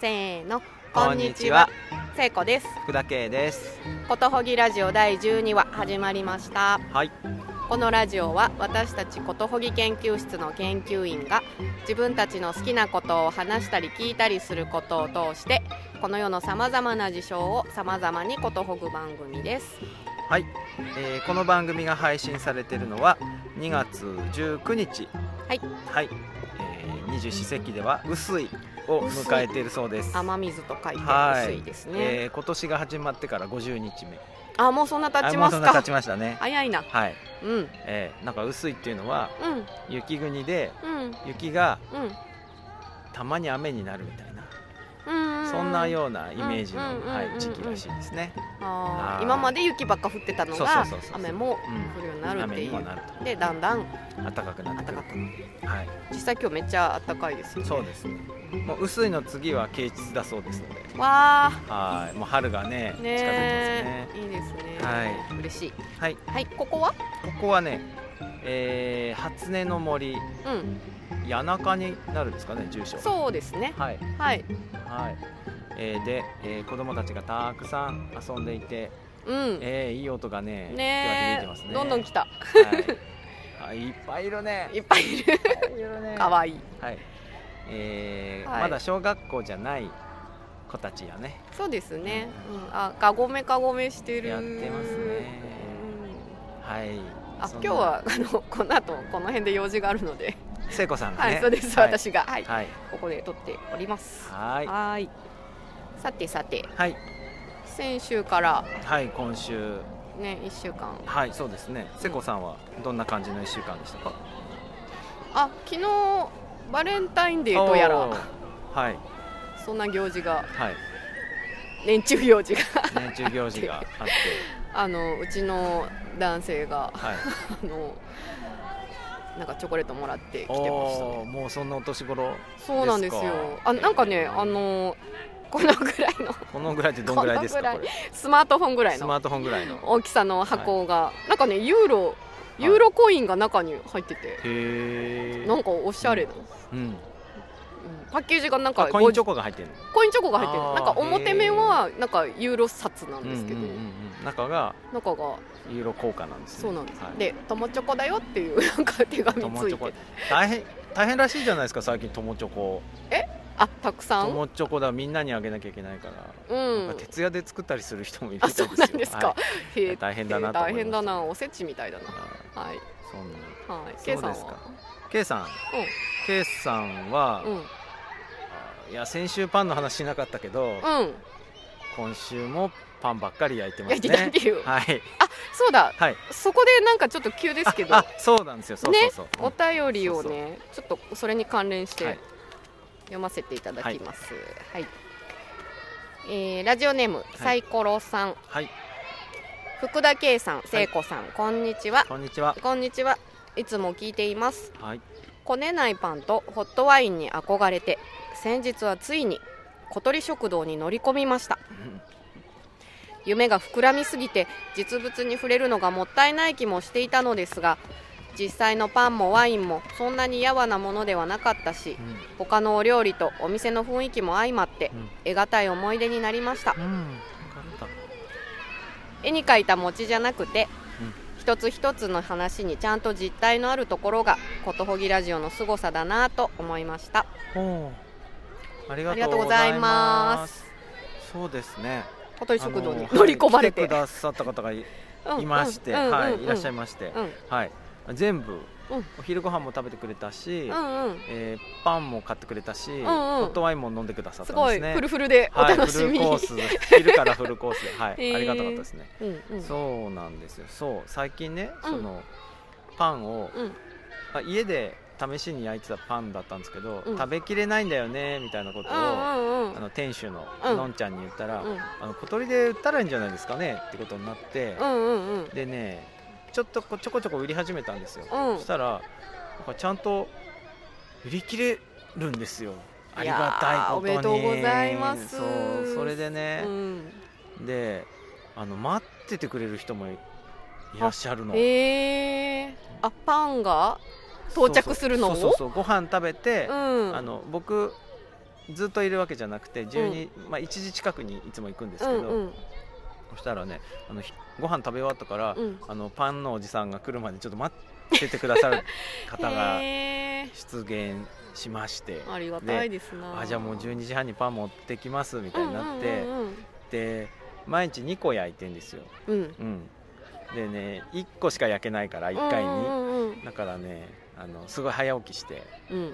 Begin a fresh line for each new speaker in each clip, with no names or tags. せーの
こんにちは
聖子です
福田圭です
ことほぎラジオ第12話始まりました
はい
このラジオは私たちことほぎ研究室の研究員が自分たちの好きなことを話したり聞いたりすることを通してこの世のさまざまな事象をさまざまにことほぐ番組です
はい、えーこの番組が配信されているのは2月19日
はい
はい、えー、二十四節気では雨水を迎えているそうです
雨水と書いて
はい
薄いですね、
えー今年が始まってから50日目
あもうそんな経ち
あも
ま
うそ
す
んな経
か
ちましたね
早いな
はい、
うんうん
えー、なんか雨水っていうのは雪国で
うん
雪が
うん
たまに雨になるみたいな
うん
そんなようなイメージの、
うんうんうん
はい、時期らしいですね。
あ
あ
ー
ー
今まで雪ばっか降ってたの
そうそ
が
うそうそう
雨も
う
降るように
ん、
なるって
雨
い
にも
う
なる
でだんだん
と暖かくなって
暖か
くる
くなる
はい、
実際今日めっちゃ暖かいですよね
そうですね。もう薄いの次は啓蟄だそうですので、
わ
はい、もう春がね
ー
近づいて
ねーいいですね
は
嬉しい
ますね。はい、こ
はいここは
こはね、えー、初音の森
うん
谷中になるんですかね住所。
そうですね
はい
はい
はい。えー、で、えー、子供たちがたくさん遊んでいて、
うん
えー、いい音がね
ね
今日は響いてます
ー
ね。
どんどん来た
はい。あいっぱいいるね。
いっぱいいる
いっぱいいるね
かわいい
はい、えー
はい
まだ小学校じゃない子たちやね
そうですねうんあかごめかごめしてる
やってますね
うん
はい
あ
そ
今
んな
日はあのこの後この辺で用事があるので
聖子さんが
は
ね
い、そうです、
はい
私が、はい、
はい
ここで撮っております。
はいはい
はーい。さてさて、
はい、
先週から
はい、今週
ね、一週間。
はいそうですね聖子さんはどんな感じの1週間でしたか
あ、昨日バレンタインデーとや
おー
ら、
はい
そんな行事が、
はい
年中行事が、
年中行事があって
あのうちの男性が、
はい
あの。なんかチョコレートもらってきてました
お
ね。
ーもうそんなお年頃
そうなんです
で
よ
す。か
あ、なんかね、あの。このぐらいの
このぐらいってどんぐらいですか
この
こ
ぐ
れ
スマートフォンぐらい
ス
の
マートフォンぐらいのへ
大きさの箱が、なんかねユーロユーロコインが中に入ってて、
え
なんかおしゃれな、
うん
うんパッケージがなん
あ
か
コインチョ
50
コが入ってるの
コインチョコが入ってる
あー
なんか表面はなんかユーロ札なんですけど、
うんうんうんうん、中が
中が
ユーロ効果なんです、ね、
そうなんです、
はい
で「友チョコだよ」っていう なんか手紙
友
つ
チ
い
ョコ
て
大変大変らしいじゃないですか最近友チョコ
あたくさん
友チョコだみんなにあげなきゃいけないか
う
ら、なん
ん
か徹夜で作ったりする人もいるみ
あそ
たいうです
な
よ
んですか、
はい
へえ
大変だなと思
大
いま
変
す
だなおせちみたいだな
はい
はい
そんな
はい
そ
K
うです
さん
か
は
K さん K さんは、
うんうん
いや先週パンの話しなかったけど、
うん
今週もパンばっかり焼いてま
焼
す
いてたっ
ね
ていう
はい
そうだ
はい
そこでなんかちょっと急ですけど
あそうなんですよそうそうそう、
お便りを
そう
ねちょっとそれに関連し
は
て
い
読ませていただきます、はいえーラジオネーム、サイコロさん
はい
福田圭さん聖子さん、こんにちは
こんにちは
こんにちはいつも聞いています
はい
こねないパンとホットワインに憧れて先日はついに小鳥食堂に乗り込みました
うん
夢が膨らみすぎて実物に触れるのがもったいない気もしていたのですが実際のパンもワインもそんなにやわなものではなかったし他のお料理とお店の雰囲気も相まって
うん
得難い思い出になりました
うん、うん、わかっ
絵に描いた餅じゃなくて、
うん
一つ一つの話にちゃんと実態のあるところがことほぎラジオの凄さだなぁと思いました
たおーあり
ありが
がと
と
う
う
ご
ご
ざ
ざ
い
い
ま
ますす
そうですね
小鳥食堂
あの
に
ー
乗り込まれ
は
て、
い来くださった方がい
うん
いまして、
うんうん
は
うん
い、いらっしゃいまして、
うん
はい、全部、
うん
お昼ご飯も食べてくれたし、
うんうん
えーパンも買ってくれたし、
ん
ホットワインも飲んでくださっ
す
たん
ご
で
い
すね。
フルフルでお
はい、
楽し
フル
み、
コース、昼からフルコースで、はい、
へー
ありがたかったですね。
うんうん
そうなんですよ。そう、最近ね、
うん
そのパンを、
うん
あ家で試しに焼いてたパンだったんですけど、
うん
食べきれないんだよねみたいなことを、
うんうんうん
あの店主の
うん
のんちゃんに言ったら、
うん
あの小鳥で売ったらいいんじゃないですかねってことになって
う、んうんうん
でねちょっとこうちょこちょこ売り始めたんですよ、
うん
そしたらなんかちゃんと売り切れるんですよありがたいことに
いやーおめでとうございます
そうそれでね
う、ん
であの待っててくれる人もいらっしゃるの
えー、あパンが到着するのを
そうそうそうそうご飯食べて、
うん
あの僕ずっといるわけじゃなくて12、まあ、1時近くにいつも行くんですけど、
うん
そしたらねあのひご飯食べ終わったから、
うん
あのパンのおじさんが来るまでちょっと待っててくださる
うん、
方 が
へー
出現しまして
ありがたいですな
あじゃあもう12時半にパン持ってきますみたいになって、
うんうんうん
で毎日2個焼いてんですよ、
うん、うん
うん、でね1個しか焼けないから1回に、
うんうんうん
だからねあのすごい早起きして
うん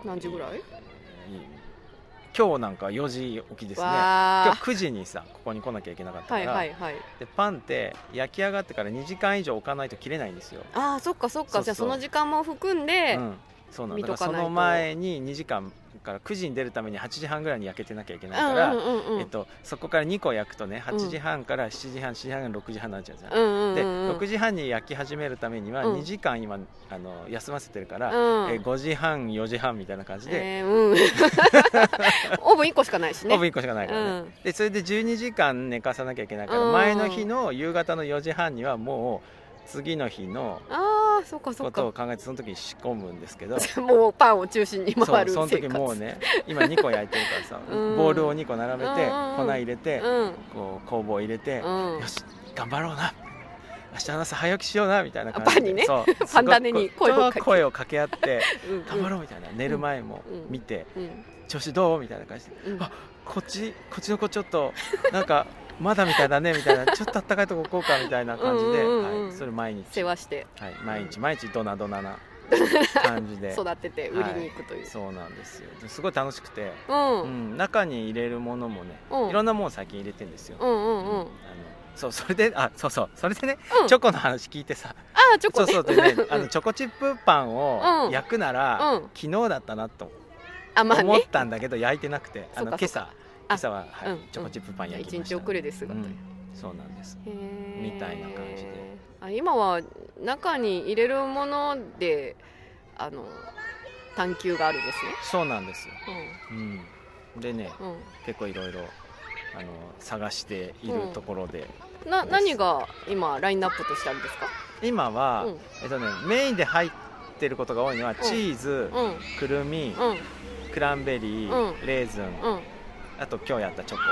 あの
何時ぐらい
今日なんか4時起きですね
わ
今
あ
日9時にさここに来なきゃいけなかったか
は
ら、
いはいはい
でパンって焼き上がってから2時間以上置かないと切れないんですよ、
ああそっかそっか
そうそう
じゃあその時間も含ん
う
で、
ん、そうなん
見
だか
と
ら
かな
そ
いと
の前に2時間から9時に出るために8時半ぐらいに焼けてなきゃいけ
う
ないから、
んうんうんうん
えっと、そこから2個焼くとね8時半から7時半7時半から6時半になっちゃうじゃん、
うんうんうん
で
うん
6時半に焼き始めるためには
うん
2時間今、あの休ませてるから、
うん
え5時半4時半みたいな感じで、
えーうん、 オーブン1個しかないしね
オーブン1個しかないからね、
うん
でそれで12時間寝かさなきゃいけないから、
うん
前の日の夕方の4時半にはもう次の日の
ああそっかそ
こ
っか
とを考えてその時に仕込むんですけどそう
もうパンを中心に 回る
その
生
時
活
もうね今2個焼いてるからさ、
うん
ボールを2個並べて、
うんうんうん
粉入れて、
うん
こう工房入れて、
うん
よし頑張ろうな明日の朝早起きしようなみたいな感じ
あパンにね
そう
パンダネに
すご
声をか
く
け
そう声をかけ合って
うんうん
頑張ろうみたいな寝る前も
うん
見て、
うん
調子どうみたいな感じで
うん
あこっちこっちの子ちょっとなんかまだみたいだねみたいなちょっとあったかいとこ行こうかみたいな感じで、
うんうんうんうん
はい、それ毎日
世話して
はい、毎日毎日ドナドナな感 じで
育てて売りに行くという、
そうなんですよですごい楽しくて、
うん、う
うんん、中に入れるものもね、
うん
いろんなもの最近入れてるんですよ、
うんう
うんあ
うん
のそうそれであそうそうそれでね、
うん
チョコの話聞いてさ
ああチョコ
そう
ね
そうでね
う
あ
ん
のチョコチップパン
う
を
ん
焼くなら、
うん
昨日だったなと
あまあ
思っ
ね
たんだけど焼いてなくて、あ
そう
の今
かそう
朝今朝は、はい
うん
チョコチップパン焼き
一
ました、
日遅れですが
う
というん
そうなんです
へー
みたいな感じで
あ今は中に入れるものであの探求があるんですね
そうなんですよ、うん、でね
うん、うん
結構いろいろあの探しているところで、
な
です
何が今ラインナップとしてあるんですか
今は、
うん
えっとねメインで入ってることが多いのはチーズ、
うん
くるみ、
うんうん
クランベリー、
う
レーズン、
うんうん
あと今日やったチョコ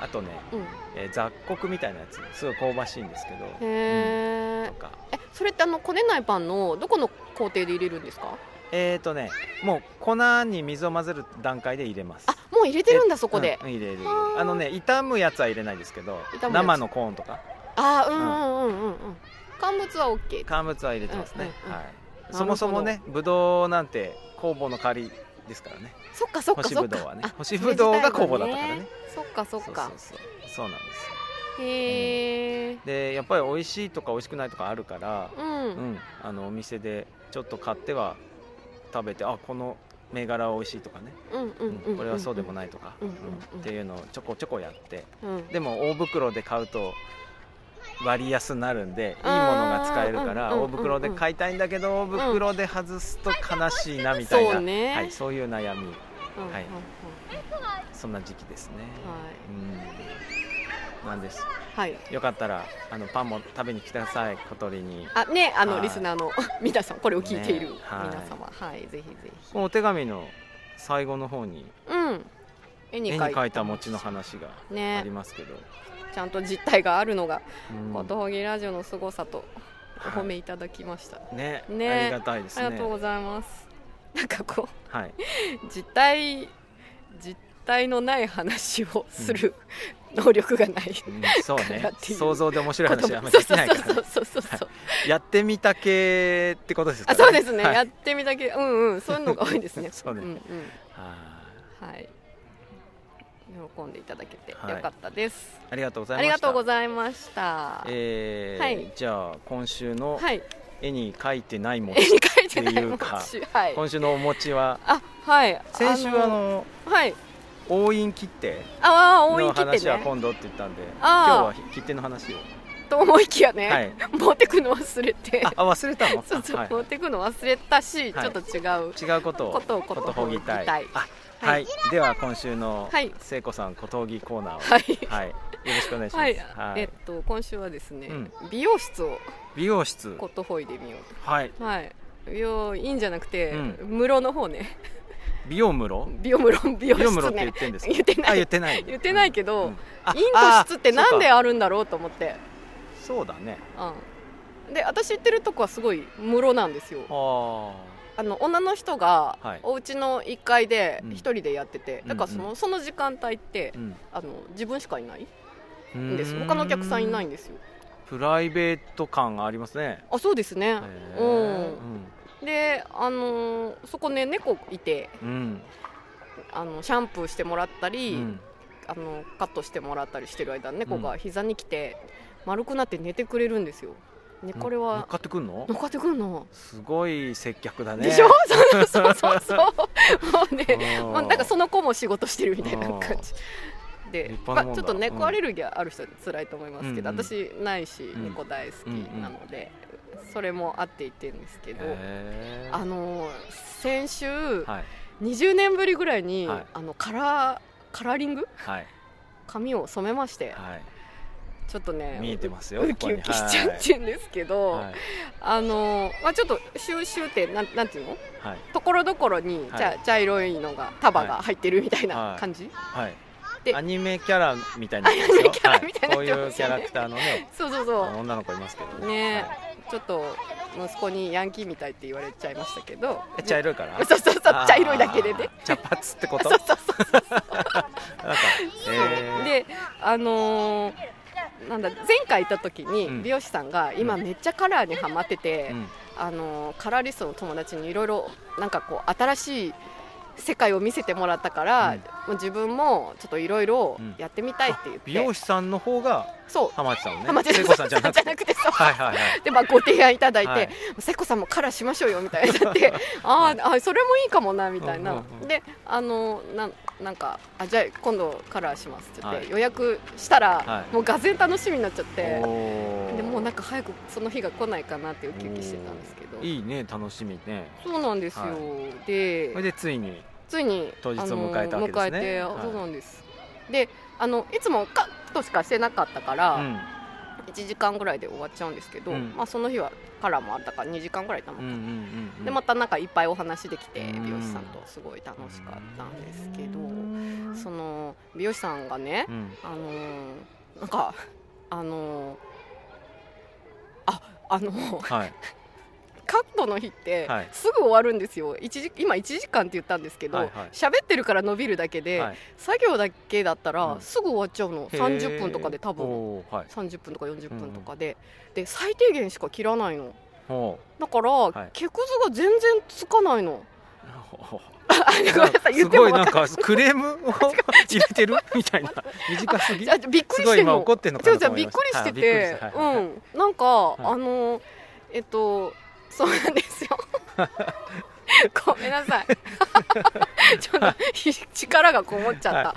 あとね、
うんうん
えー雑穀みたいなやつすごい香ばしいんですけど、
へ
うん
え
と、か
えそれってあのこねないパンのどこの工程で入れるんですか
えっ、とねもう粉に水を混ぜる段階で入れます
あもう入れてるんだそこで、
うん、入れる入れる
はー
あのね炒むやつは入れないですけど
炒むやつ
生のコーンとか
あうんうんうんうんうん乾物は OK
乾物は入れてますね、
うんうんうん
はい
ほど
そもそもねぶどうなんて酵母の代わりですからね
そっかそっ
干
か
し
そ
ぶ
っ
どう
か
はね
あ
干しぶどうが酵母だったからね
そっかそっか
そうそうそうそうなんですよ
へえ
でやっぱり美味しいとか美味しくないとかあるから、
うん、
うんあのお店でちょっと買っては食べてあこの銘柄は美味しいとかね、
うんうんうん
うんこれはそうでも
ない、
ないとか、
うんうんうん
っていうのをちょこちょこやって
うん、
でも大袋で買うと割安になるんでいいものが使えるから
うんうん
大
うんうん
袋で買いたいんだけど大袋で外すと悲しいなみたいな、
そうね、
はい、そういう悩み
うんうんうん
はい
は
そんな時期ですね、うんなんです
い、はい、
よかったらあのパンも食べに来てください小鳥に
あねあの、
はい
リスナーの 皆さんこれを聞いている
ねはい
皆様、はい、ぜひぜひ
このお手紙の最後の方に
うん絵
絵
に
に
描い
描いた餅の話があり
ね
ますけど、
ちゃんと実態があるのが
うん
ことほぎラジオの凄さとお
は
褒
い
めいただきました、
ね
ね
ありがたいですね
ありがとうございますなんかこう
はい、
実体実体のない話をする能力がない、
うんそう
から
ね
っていう
想像で面白
こ
い
と
話はあん
も
まり
そう
できないから、ね、
そうそうそうそうそう
やってみた系ってことですか
あ
ね
そうですね、
はい
やってみたけうんうんそういうのが多いですね
そうね
んうん、
あ
はい喜んでいただけてよ
はい
かったです、
ーありがとうござい
あ
ま
り
した
がとうございました、
えー
はい
じゃあ今週の
はい
絵に描いてないもの、
絵 に描いてない
っ
も
ていうか
ちはい
今週のお餅は
あはい
先週あの
はい
応印切手
ああ応
の
援切って
話は
ね
今度って言ったんで、今日
あ
は切手の話を、
と思いきやね、
はい、
持ってくの忘れて
ああ忘れたの
そうそう、
はい
持ってくの忘れたし、
はい
ちょっと違う
違うことを
ことを
こ
ことと
ほ
ほ
ぎ
ぎ
た
た
い
い
あは
はい
い、では今週の
はい
聖子さんことほぎコーナーをは、
はいい
よろしくお願いします、
はい、
はい
えっと今週はですね、
うん
美容室を
美容室
ことほいでみよう
はい
はい。美容院じゃなくて、
う
室の方ね。
美容室
美容室美容
美容室
室
って言
ね
ってんですか
言ってな
あ
い
言ってない
言ってないけど
あ
インと室ってなんで
あ
あるんだろうと思って、
そうかそうだね
うん、で私行ってるとこはすごい室なんですよ
あー
あの女の人が
はい
お家の1階で
うん
一人でやってて、だからその,、
うんう
その時間帯って
うん
あの自分しかいないん
う
です他のお客さんいないんですよ
プライベート感がありますね
あそうですね、
へ
う
ー
ん、であのーそこね猫いて
うんうん
あのシャンプーしてもらったり、
うん
あのカットしてもらったりしてる間猫が膝に来て丸くなって寝てくれるんですよ、ね、これ
乗っ
は
かってくん の
乗っかってくるの、
すごい接客だね
でしょ そうそうそうそうもうね
うん
まあ、なんかその子も仕事してるみたいな感
うん
じで
立、派
ま
な
あ、
もん
ち
だ
ょっと猫アレルギーある人は辛いと思いますけど、
うんうん
私ないし
ん
猫大好きなので、それもあっていってるんですけど、
へー
あのー先週、
はい
20年ぶりぐらいに、
はい
あのカラーカラーリング
はい
髪を染めまして、
はい
ちょっとね
見えてますよ
ウキウキしちゃっ
う
てんですけど、
はい
あのーまあ、ちょっと収集ってなんなんていうの
はい
ところどころに、
はい
じゃ茶色いのが束が入ってるみたいな
はい
感じ、
はい
で
アニメキャラみたいな人
アニ
ですよ
メキャラみたいな人
はいこういうキャラクターのね
そうそうそう
女の子いますけど
ね
はい
ちょっと息子にヤンキーみたいって言われちゃいましたけど
え茶色いから
そうそうそう
あー
茶色いだけでね
茶髪ってこと
そうそうそう
なんかえ
であのーなんだ前回行った時
う
に
ん
美容師さんが今めっちゃカラーにハマってて、
ーうん
あのーカラーリストの友達にいろいろなんかこう新しい世界を見せてもらったから、
うん
もう自分もちょっといろいろやってみたいって言って、
美容師さんの方が
そう
ハマってたのね
浜地
聖子さんじゃな くて
くてそう
はいはいはい
でまあ、ご提案いただいて、
はい
瀬古さんもカラーしましょうよみたいになって あーあそれもいいかもなみたいな、
うんうんうん
であのなんなんかあじゃあ今度カラーしますって言って、
はい
予約したら、
はい
もうがぜん楽しみになっちゃって
おー
でもうなんか早くその日が来ないかなってウキウキしてたんですけど
いいね楽しみね
そうなんですよ、
はそれ
で
でついに
ついに
当日を迎えた
あ
わけですね
の迎えて、
はい
そうなんですであのいつもカットしかしてなかったか
う
ら、
ん
1時間ぐらいで終わっちゃうんですけど、
うん
まあ、その日はカラーもあったから2時間ぐらいたま
うんうんうんうん
でまたなんかいっぱいお話できて
うん
美容師さんとすごい楽しかったんですけどその美容師さんがね
うん
あのーなんかあのーああの
はい
カットの日って
はい
すぐ終わるんですよ一時今1時間って言ったんですけど
はいはい
喋ってるから伸びるだけ
は
で
い
作業だけだった
う
ら
ん
すぐ終わっちゃうの30分とかで多
へー
分
おーはい
30分とか40分とかでで最低限しか切らないの
ほ
だから、
い
毛くずが全然つかないの。
うほう
あごめんなさい、言
す
っても
ごい
分か
な
ん
ん
ない
かクレームを入れてるみたいな短すぎ
じゃあびっく
す
りし
ご
てん
い今
の
怒。ってんの
じ
か
ゃ
な
あじゃあ
と思
び
い
っ
ま
くりしてて、
した
う
はいびっくりし
ん、なんか、
い
あのえっとそうなん ですよ。ごめんなさい。 ちょっと力がこもっちゃった。
は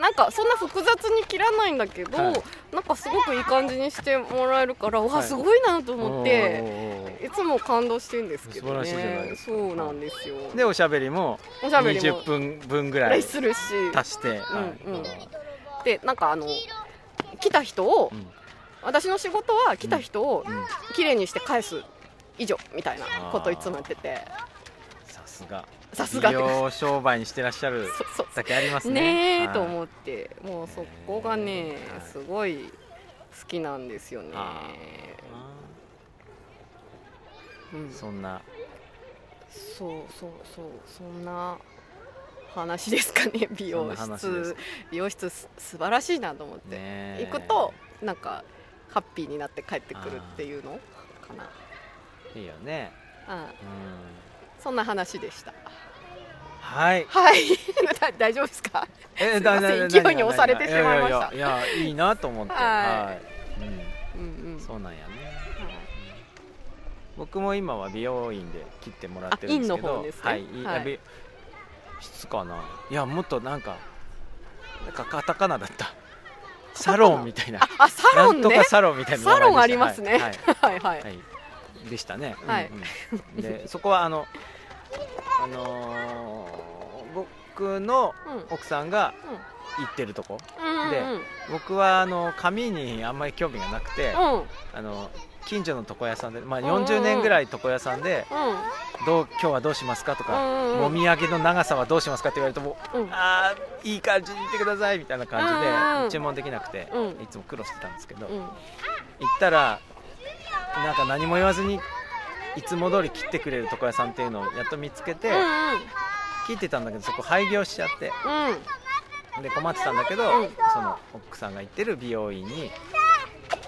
なんかそんな複雑に切らないんだけど、
はい
なんかすごくいい感じにしてもらえるから、わ
は
あ
い
すごいなと
たはい
思って。
おーおーお
いつも感動してるんですけどね。
素晴らしいじゃないですか
そうなんですよ。
ーでおしゃべりも
おしゃべりも
20分分ぐ
ぐ
ら
ら
い
いするし
足して、はい
うんうんでなんかあの来た人を
うん
私の仕事は来た人を
うん
綺麗にして返す以上みたいなこといつもやってて
さすが
さすが
美容商売にしてらっしゃる
そうそう
だけありますね
ねえと
う
思ってもうそこがね
へえ
すごい好きなんですよね
あ
うんそう
そんな
そうそうそんな話ですか ね美容
そんな話です
室美容室す素晴らしいなと思って
ねえ
行くとなんかハッピーになって帰ってくるっていうのかない
いよね、
あ
うん、
そんな話でした
はい
はい だ大丈夫ですかす
え
いません勢いに押されてしまいました
いやいやいやいやいいなと思って
は
はい、
うんうん
うん、そうなんやね
はい
僕も今は美容院で切ってもらってるんですけど
あ院の方ですね
はい、い
はい
あび質かないやもっとなんかなんかカタカナだったサロンみたいな
ああサロン
なんと
ね
かサロンみたいな名
サ
前でした
ロンありますね
はいはい
はいはい
はい、でしたね。
はい
うんうんでそこはあのあのー僕の
うん
奥さんが行ってるとこ。
うんうん
で僕はあの髪にあんまり興味がなくて、
うん
あの近所の床屋さんで、まあ、
うんうん
40年ぐらい床屋さんでどう今日はどうしますかとか、
うんうん
もみあげの長さはどうしますかって言われるともう
うん
あーいい感じに言ってくださいみたいな感じで
うんうん
注文できなくて、
うん
いつも苦労してたんですけど、
う
行
んうん
ったらなんか何も言わずにいつも通り切ってくれる床屋さんっていうのをやっと見つけて、切ってたんだけどそこ廃業しちゃって
うんうん
で困ってたんだけど、
うん
その奥さんが行ってる美容院に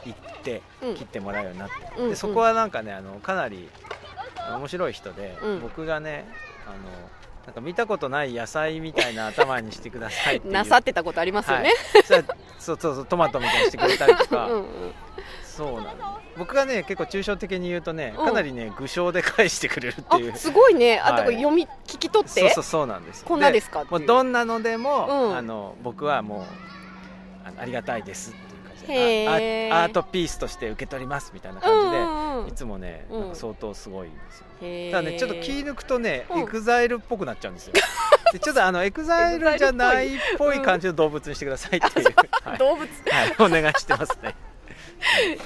行って
うん
切ってもらうようになって、
うんうん
でそこはなんかねあのかなり面白い人で、
うん
僕がねあのなんか見たことない野菜みたいな頭にしてくださいっていう
なさってたことありますよね。
はい、そしたらそうそうそうトマトみたいにしてくれたりと
う
か、
んうん
そうなの僕がね結構抽象的に言うとね
うん
かなりね具象で返してくれるっていう
あ、すごいね。あと
はい
読み聞き取っ
そう
て
そうそうなんです
こんなですかって
も
いう
うどんなのでも、
うん
あの僕はもうあのありがたいですっていう感じ
へ
で
ー
あアートピースとして受け取りますみたいな
う
感じで、
んうん
いつもね
うん
なんか相当すごいんですよ、
へー
ただねちょっと気抜くとね、
うん
エグザイルっぽくなっちゃうん ですよでちょっとあのエグザイルじゃないっぽい感じの動物にしてくださいっていう、はい
動物
はい、お願いしてますね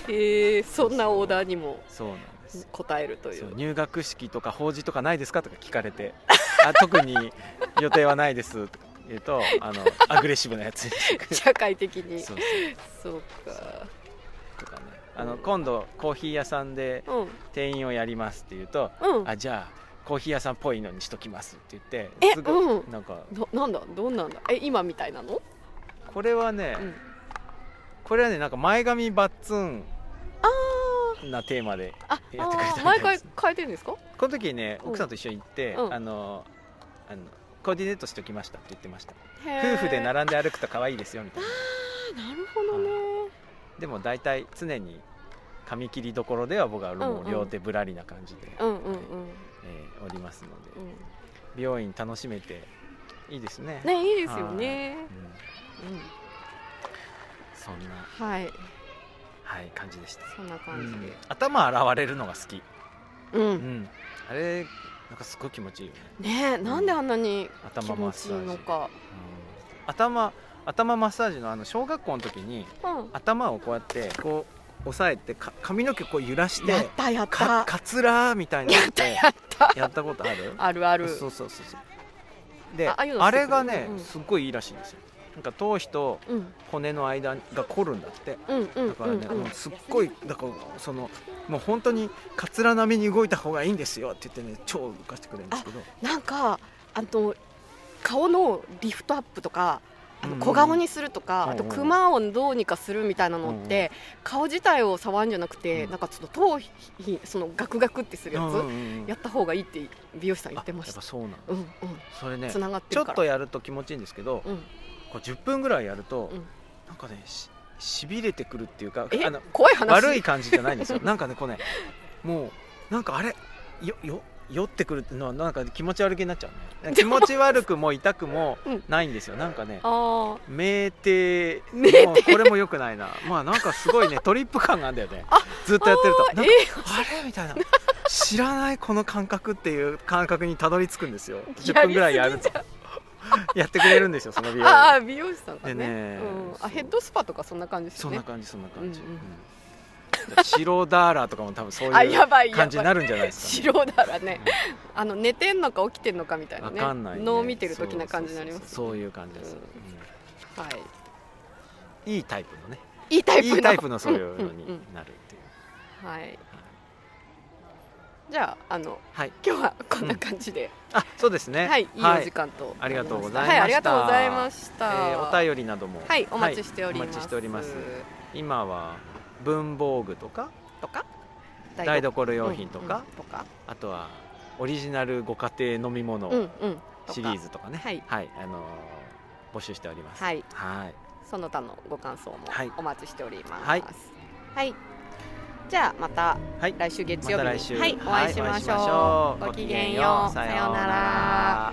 へえそんなオーダーにも
そうなんです
答えるとい
そう
う。
入学式とか法事とかないですかとか聞かれてあ特に予定はないですとか言うとあのアグレッシブなやつにしてくる
社会的に。
そう
そうか。
とかねあの今度コーヒー屋さんで
うん
店員をやりますって言うと、
うん。
あじゃあコーヒー屋さんっぽいのにしときますって言って
え
すごい、
う
なんか
ななんだどんなんだえ今みたいなの？
これはね、
うん
これはねなんか前髪バッツン
あ
なテーマで
あ
や
あ
ってくれたみ
ー
た
毎
いで
回
す
変えてるんですか？
この時ね
うん
奥さんと一緒に行って、
うん
あのあのコーディネートしておきましたって言ってました
夫
夫婦で並んで歩くと可愛いですよみたいな
なるほどね。
でも大体常に髪切りどころでは僕はも
うんう
うん両手ぶらりな感じで、
うんうんうん
えーおりますの
う
で
ん。
美容院楽しめていいですね
ねいいですよね。
うん
うん
そんな、
はい
はい、感じでした
そんな感じ
うん頭洗われるのが好き、
で。う。
うんん、あれなんかすごい気持ちいいよ
ね
ね、
なんであんなに気
頭マ
持
ッ
ち
サ
いい
ージ
のか。
うん頭頭マッサージのあの小学校の時に
う
頭をこうやってこう押さえてか髪の毛こう揺らし
ん。やってたやった。
かかつらみたいな
や
のっ
った
て
やった。
やったことある
あるある。
そうそうそうそうで
あ
あ
ああいうの
れがね、
うん
すっごいいいらしいんですよなんか頭皮と
うん
骨の間が凝るんだって
うんうん
だか
う
ら
ん
ね、
うん
もう。すっごいだからそのもう本当にかつら並みに動いた方がいいんですよって言ってね超動かしてくれるんですけど
なんかあの顔のリフトアップとかあ
う
の
ん
小顔にするとか、
うん
あとクマをどうにかするみたいなのって、顔自体を触るんじゃなくて、
うん
なんかちょっと頭皮そのガクガクってするやつ、
うんうんうん
やった方がいいって美容師さん言ってまし
あや
た
っぱそうなの
うんうん
それね
つながって
ち
る
ょっ
から
とやると気持ちいいんですけど、
うん
こう10分ぐらいやると、
うん
なんかねししびれてくるっていうか
え
あの
怖い話
悪い感じじゃない んですよなんかねこうねもうなんかあれよよ酔ってくるのはなんか気持ち悪気になっちゃ うね気持ち悪くも痛くも
うん
ないんですよなんかね
あー
酩酊
酩
もうこれもよくないなまあなんか すごいねトリップ感があんだよね
あ
ずっとやってると
あー
なん
え
かあれみたいな知らないこの感覚っていう感覚にたどり着くんですよ10分ぐらいやるとやってくれるんですよその美
ー
容院
あー美容師さんがね
でね
うん、
そ
あ
う
ヘッドスパとかそんな感じです
そ
よ
んな
ね
感じそんな感じ、
うん
う
うん
ん白ダーラーとかも多分そう
あ
い
や
う
ばいやばい
感じになるんじゃないですか、ね
白だらねあの寝てんのか起きてんのかみたいな
分
ね
かんない、ね、
脳を見てる時な感じになりますね
そうそうそうそういう感じです、
うん
う
はい
んいいタイプのね
いいタイプ
い
の
いタイプのそういうの
んん
に
ん
なるっていう、
はいじゃああの
はい
今日はこんな感じで、
あそうですね
はいいいお時間と、
ありがとうございました
はいありがとうございました、
えーお便りなども、
はいお待ちしております、
はいお待ちしております今は文房具とか
とか
台所用品とか、
うんうんとか
あとはオリジナルご家庭飲み物
うんうん
シリーズとかね、
はい
あのー募集しております
はい
はい
その他のご感想も
はい
お待ちしております
はい
はいじゃあまた
はい
来週月
ま
曜日
た
に、
来週
はいお会いしましょう,、
はいお会いしましょう
ごきげんよう
ご
さよ
きげんよう
う
さよう
なら
なら